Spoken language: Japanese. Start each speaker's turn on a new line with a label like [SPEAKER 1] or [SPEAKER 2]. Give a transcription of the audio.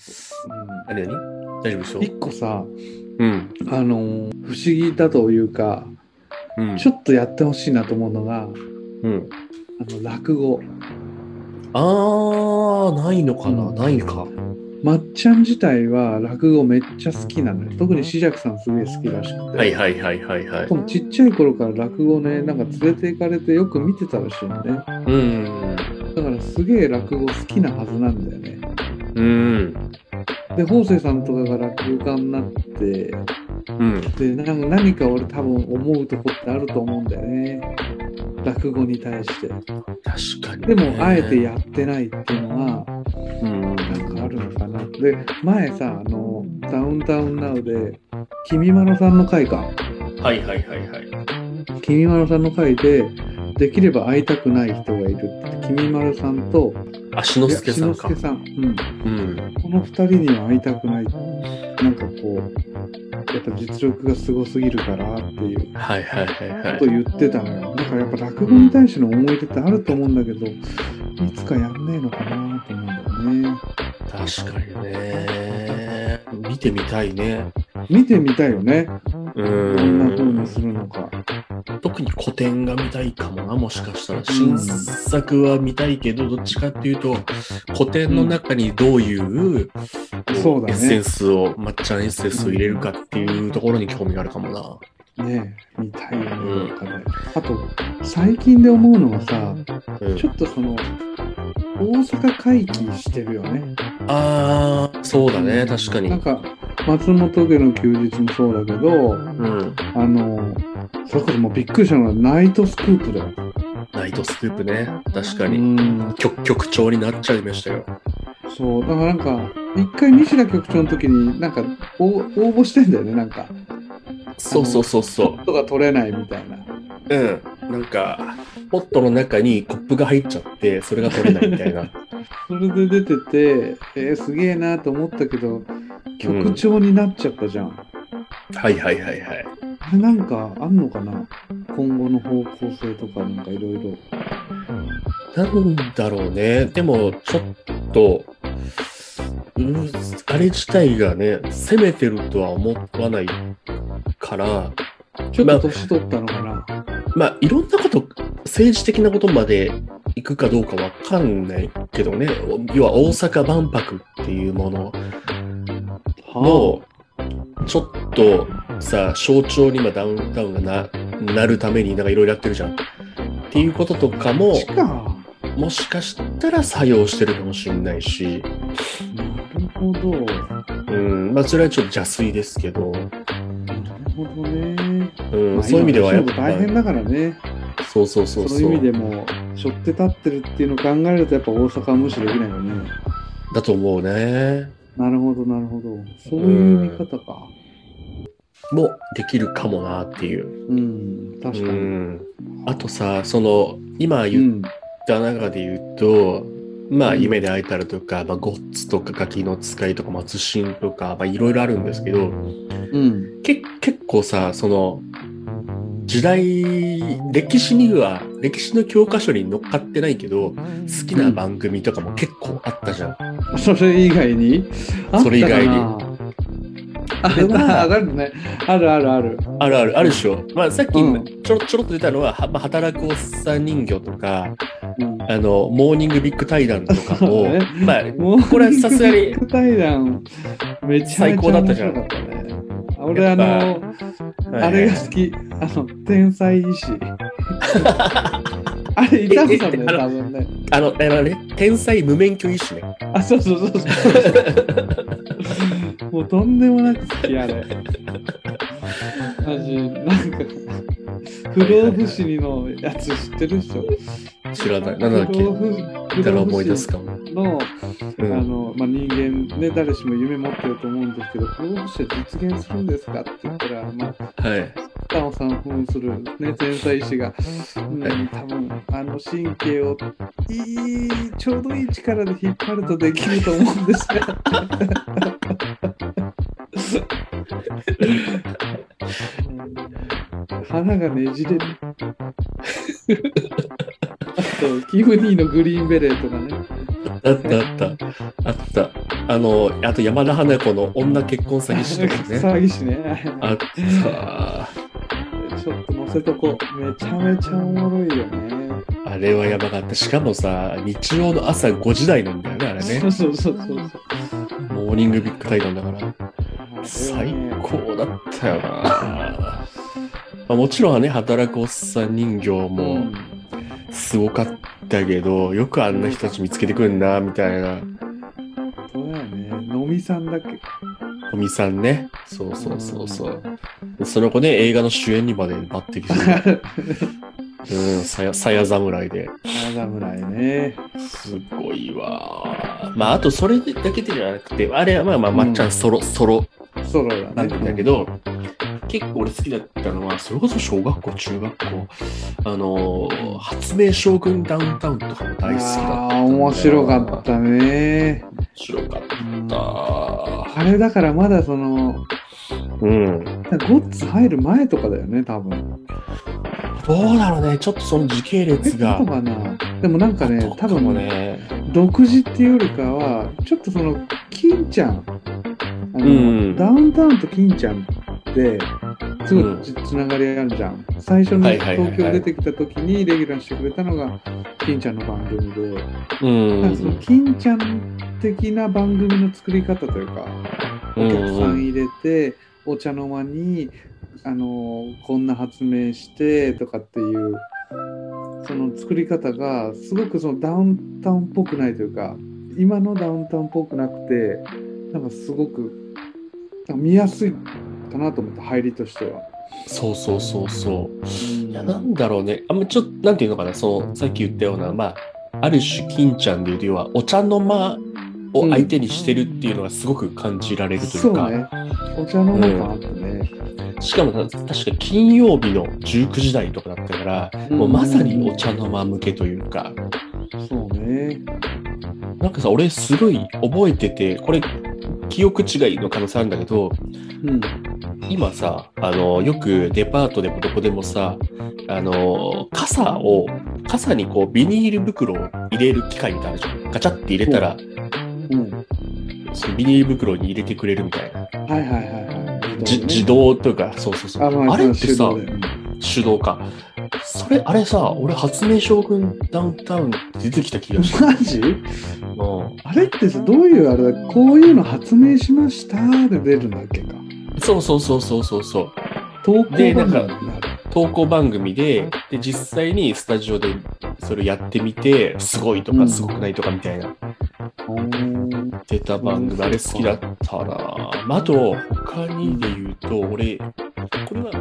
[SPEAKER 1] 。あれ何大丈夫でしょ
[SPEAKER 2] 一個さ、
[SPEAKER 1] うん。
[SPEAKER 2] あのー不思議だというか、
[SPEAKER 1] うん。
[SPEAKER 2] ちょっとやってほしいなと思うのが、
[SPEAKER 1] うん。
[SPEAKER 2] あの落語。
[SPEAKER 1] あー、ないのかな、
[SPEAKER 2] うん
[SPEAKER 1] ないか。
[SPEAKER 2] まっちゃん自体は落語めっちゃ好きなのよ。特に紫尺さんすげえ好きらしくて。
[SPEAKER 1] はいはいはいはいはい
[SPEAKER 2] しか。もちっちゃい頃から落語ね、なんか連れて行かれてよく見てたらしいのね。だか
[SPEAKER 1] うん。
[SPEAKER 2] らすげえ落語好きなはずなんだよね。
[SPEAKER 1] うん。
[SPEAKER 2] で、法政さんとかが落語家になって、
[SPEAKER 1] うん。
[SPEAKER 2] でなんか何か俺多分思うとこってあると思うんだよね落語に対して
[SPEAKER 1] 確かに、
[SPEAKER 2] でもあえて、やってないっていうのは
[SPEAKER 1] うん。
[SPEAKER 2] なんかあるのかなで前さあのダウンタウンナウで君まろさんの回か
[SPEAKER 1] はいはいはいはい。
[SPEAKER 2] 君まろさんの回でできれば会いたくない人がいるって君まろさんと
[SPEAKER 1] あ、しのすけさん
[SPEAKER 2] いや
[SPEAKER 1] か
[SPEAKER 2] 志の輔。さん、うん、
[SPEAKER 1] うん。
[SPEAKER 2] この2人には会いたくないなんかこうやっぱ実力がすごすぎるからっていう
[SPEAKER 1] はいはいはいは
[SPEAKER 2] と
[SPEAKER 1] い。
[SPEAKER 2] 言ってたのよ。だからやっぱ落語に対しての思い出ってあると思うんだけど、いつかやんねえのかなと思うんだよね。
[SPEAKER 1] 確かにね。見てみたいね。
[SPEAKER 2] 見てみたいよね。
[SPEAKER 1] う
[SPEAKER 2] どんな風
[SPEAKER 1] ん
[SPEAKER 2] に。するのか。
[SPEAKER 1] 特に古典が見たいかもな、もしかしたら。新作は見たいけど、どっちかっていうと、古典の中にどういう、
[SPEAKER 2] そうだね
[SPEAKER 1] エッセンスを、まっちゃんエッセンスを入れるかっていうところに興味があるかもな。
[SPEAKER 2] ねえ、見たいよ
[SPEAKER 1] う
[SPEAKER 2] ね。
[SPEAKER 1] ん
[SPEAKER 2] なんかねあと、最近で思うのはさ、
[SPEAKER 1] うん
[SPEAKER 2] ちょっとその、大阪回帰してるよね。
[SPEAKER 1] ああ、そうだね、確かに。
[SPEAKER 2] なんか、松本家の休日もそうだけど、
[SPEAKER 1] うん。
[SPEAKER 2] あの、それこそもうびっくりしたのがナイトスクープだよ。
[SPEAKER 1] ナイトスクープね、確か
[SPEAKER 2] う
[SPEAKER 1] に。
[SPEAKER 2] ん。
[SPEAKER 1] 局局長になっちゃいましたよ。
[SPEAKER 2] そう、だからなんか、一回西田局長の時に、なんか応、応募してんだよね、なんか。
[SPEAKER 1] そうそうそうそう。
[SPEAKER 2] とか取れないみたいな。
[SPEAKER 1] うん。なんか、ポットの中にコップが入っちゃって、それが取れないみたいな。
[SPEAKER 2] それで出てて、えーすげえなと思ったけど、局長になっちゃったじゃん。
[SPEAKER 1] はいはいはいはい。
[SPEAKER 2] あれなんか、あんのかな今後の方向性とか、なんかいろいろ。
[SPEAKER 1] なんだろうね。でも、ちょっと、うんあれ自体がね、攻めてるとは思わないから、
[SPEAKER 2] ちょっと年取ったのかな、
[SPEAKER 1] まあ、いろんなこと、政治的なことまで行くかどうかわかんないけどね、要は大阪万博っていうもの
[SPEAKER 2] は
[SPEAKER 1] の、ちょっとさ、象徴に今ダウンタウンがななるためになんかいろいろやってるじゃん。っていうこととか
[SPEAKER 2] あ、
[SPEAKER 1] も、
[SPEAKER 2] 地か。
[SPEAKER 1] もしかしたら作用してるかもしれないし、
[SPEAKER 2] なるほど。な
[SPEAKER 1] うん、まあそれはちょっと邪推ですけど、
[SPEAKER 2] るほどね。
[SPEAKER 1] うん
[SPEAKER 2] まあ
[SPEAKER 1] そういう意味ではやっ
[SPEAKER 2] 今の仕事大変
[SPEAKER 1] ぱ、
[SPEAKER 2] だからね。
[SPEAKER 1] そうそうそう
[SPEAKER 2] そうい
[SPEAKER 1] そう
[SPEAKER 2] 意
[SPEAKER 1] う
[SPEAKER 2] 味でも、しょって立ってるっていうのを考えると、やっぱ大阪は無視できないよね。
[SPEAKER 1] だと思うね。
[SPEAKER 2] なるほど、なるほど。そういう見方か。
[SPEAKER 1] もできるかもなっていう。
[SPEAKER 2] うん、確か
[SPEAKER 1] う
[SPEAKER 2] に。
[SPEAKER 1] ん、あとさその今
[SPEAKER 2] う
[SPEAKER 1] 言っ
[SPEAKER 2] ん、
[SPEAKER 1] た中で言うと、まあ
[SPEAKER 2] うん
[SPEAKER 1] 夢で会えたらとか、まあ、ゴッツとかガキの使いとか松新とか、まあ、いろいろあるんですけど
[SPEAKER 2] うん、
[SPEAKER 1] け結構さその時代歴史には歴史の教科書に乗っかってないけど好きな番組とかも結構あったじゃん。
[SPEAKER 2] それ以外に
[SPEAKER 1] それ以外に
[SPEAKER 2] あったかなあ
[SPEAKER 1] れは
[SPEAKER 2] あるね。あるあるある。
[SPEAKER 1] あるあるあるでしょ。まあ、さっき
[SPEAKER 2] うん
[SPEAKER 1] ちょろちょろっと出たのは、はまあ、働くおっさん人形とか
[SPEAKER 2] うん、
[SPEAKER 1] あのモーニングビッグ対談とか
[SPEAKER 2] そう
[SPEAKER 1] も、
[SPEAKER 2] ね
[SPEAKER 1] まあ、
[SPEAKER 2] もう
[SPEAKER 1] これはさすがに
[SPEAKER 2] 対談めちゃめちゃ
[SPEAKER 1] 最高だったじゃん
[SPEAKER 2] 面白かったね俺
[SPEAKER 1] や
[SPEAKER 2] あ
[SPEAKER 1] っぱ
[SPEAKER 2] の、あれが好き。あの、天才医 師。あれ、いたんだね、多分 ね。
[SPEAKER 1] あの、あのね、天才無免許医師ね。
[SPEAKER 2] あ、そうそうそうそう。もうとんでもなく好きあれ。マジ、なんか、不老不死のやつ知ってるっしょ。
[SPEAKER 1] 知らない。なんだっけ
[SPEAKER 2] 不老不
[SPEAKER 1] 見たら思い出す
[SPEAKER 2] 不
[SPEAKER 1] かも。
[SPEAKER 2] 老不死
[SPEAKER 1] う
[SPEAKER 2] の、あ
[SPEAKER 1] ん。
[SPEAKER 2] の、まあ、人間ね、誰しも夢持ってると思うんですけど、不老不死は実現するんですかって言ったら、まあ、
[SPEAKER 1] はい。
[SPEAKER 2] タオさん扮する、ね、天才医師が、うん、多分あの神経をいいちょうどいい力で引っ張るとできると思うんですが 花がねじれるあとキム・ニーのグリーンベレーとかね
[SPEAKER 1] あったあった。あった。あの、あと山田花子の女結婚詐欺師とか ね。
[SPEAKER 2] 詐欺師ね。
[SPEAKER 1] あった。
[SPEAKER 2] ちょっと載せとこう。めちゃめちゃおもろいよね。
[SPEAKER 1] あれはやばかった。しかもさ、日曜の朝5時台なんだよね、あれね
[SPEAKER 2] そ。うそうそうそう。
[SPEAKER 1] モーニングビッグタイトルだから。最
[SPEAKER 2] ね
[SPEAKER 1] 高だったよな。まあ、もちろんね、働くおっさん人形
[SPEAKER 2] う
[SPEAKER 1] も
[SPEAKER 2] ん
[SPEAKER 1] すごかったけど、よくあんな人たち見つけてくるな、みたいな。
[SPEAKER 2] そうだよね。のみさんだ っけ
[SPEAKER 1] おみさんね。そうそうそうそう。でその子ね、映画の主演にまで抜擢 してる。うん、さや、さや侍で。
[SPEAKER 2] 長村へね。
[SPEAKER 1] すごいわ。まあ、あとそれだけでじゃなくて、あれはまあまあ、まっちゃんソロ、ソロ
[SPEAKER 2] ソロだ
[SPEAKER 1] な
[SPEAKER 2] ね。
[SPEAKER 1] んだけど、結構俺好きだったのは、それこそ小学校、中学校、あのー、発明将軍ダウンタウンとかも大好きだったんだよ。
[SPEAKER 2] ああ、面白かっ。たね。
[SPEAKER 1] 面白かっ
[SPEAKER 2] うん
[SPEAKER 1] た。
[SPEAKER 2] あれだからまだその、
[SPEAKER 1] うん。
[SPEAKER 2] ゴッツ入る前とかだよね、多分。
[SPEAKER 1] どうだろうね、ちょっとその時系
[SPEAKER 2] え、
[SPEAKER 1] 列が。
[SPEAKER 2] とかな。でもなんかね、多分ね、
[SPEAKER 1] ね。
[SPEAKER 2] 独自っていうよりかは、ちょっとその、金ちゃん。あの
[SPEAKER 1] うん
[SPEAKER 2] ダウンタウンと金ちゃんって、すご
[SPEAKER 1] う
[SPEAKER 2] い
[SPEAKER 1] ん
[SPEAKER 2] つつながりあるじゃん。最初に
[SPEAKER 1] はいはいはいはい
[SPEAKER 2] 東京出てきた時にレギュラーしてくれたのが、金ちゃんの番組で、
[SPEAKER 1] う
[SPEAKER 2] だからその
[SPEAKER 1] ん。
[SPEAKER 2] 金ちゃん的な番組の作り方というか、
[SPEAKER 1] う
[SPEAKER 2] お客さん
[SPEAKER 1] ん。
[SPEAKER 2] 入れて、お茶の間に、あのこんな発明してとかっていうその作り方がすごくそのダウンタウンっぽくないというか今のダウンタウンっぽくなくてなんかすごくなんか見やすいかなと思った入りとしては。
[SPEAKER 1] そうそうそうそう。
[SPEAKER 2] うん
[SPEAKER 1] いや、なんだろうね。あんまちょっと、なんていうのかな、その、さっき言ったような、まあ、ある種、金ちゃんでいうよりは、お茶の間を相手にしてるっていうのがすごく感じられるとい
[SPEAKER 2] そうう
[SPEAKER 1] か、
[SPEAKER 2] ね。お茶の間感あったね。
[SPEAKER 1] しかもた確か金曜日の19時台とかだったから、もうまさにお茶の間向けというか、
[SPEAKER 2] そうね。
[SPEAKER 1] なんかさ、俺すごい覚えてて、これ、記憶違いの可能性あるんだけど、
[SPEAKER 2] うん。
[SPEAKER 1] 今さ、あの、よくデパートでもどこでもさ、あの、傘を、傘にこうビニール袋を入れる機械みたいなのあるじゃん。ガチャって入れたら、
[SPEAKER 2] うん。
[SPEAKER 1] そのビニール袋に入れてくれるみたいな。
[SPEAKER 2] はいはいはいはい。
[SPEAKER 1] じ自動というか、そうそうそう。
[SPEAKER 2] あ,、ま
[SPEAKER 1] あ、
[SPEAKER 2] あ、
[SPEAKER 1] れってさ、
[SPEAKER 2] 手動だよね
[SPEAKER 1] 手動か。それ、あれさ、俺、発明将軍ダウンタウンって出てきた気が した。
[SPEAKER 2] マジ
[SPEAKER 1] うん
[SPEAKER 2] あれってさ、どういうあれだ、こういうの発明しましたで出るんだっけか。
[SPEAKER 1] そうそうそうそうそうそう。
[SPEAKER 2] 投稿
[SPEAKER 1] で
[SPEAKER 2] 番組
[SPEAKER 1] なんか
[SPEAKER 2] になる
[SPEAKER 1] 投稿番組で、で、実際にスタジオでそれやってみて、すごいと
[SPEAKER 2] う
[SPEAKER 1] か、
[SPEAKER 2] ん
[SPEAKER 1] すごくないとかみたいな、
[SPEAKER 2] おー
[SPEAKER 1] 出た番組、あれ好きだったなぁあと、他にで言うと、俺、これは、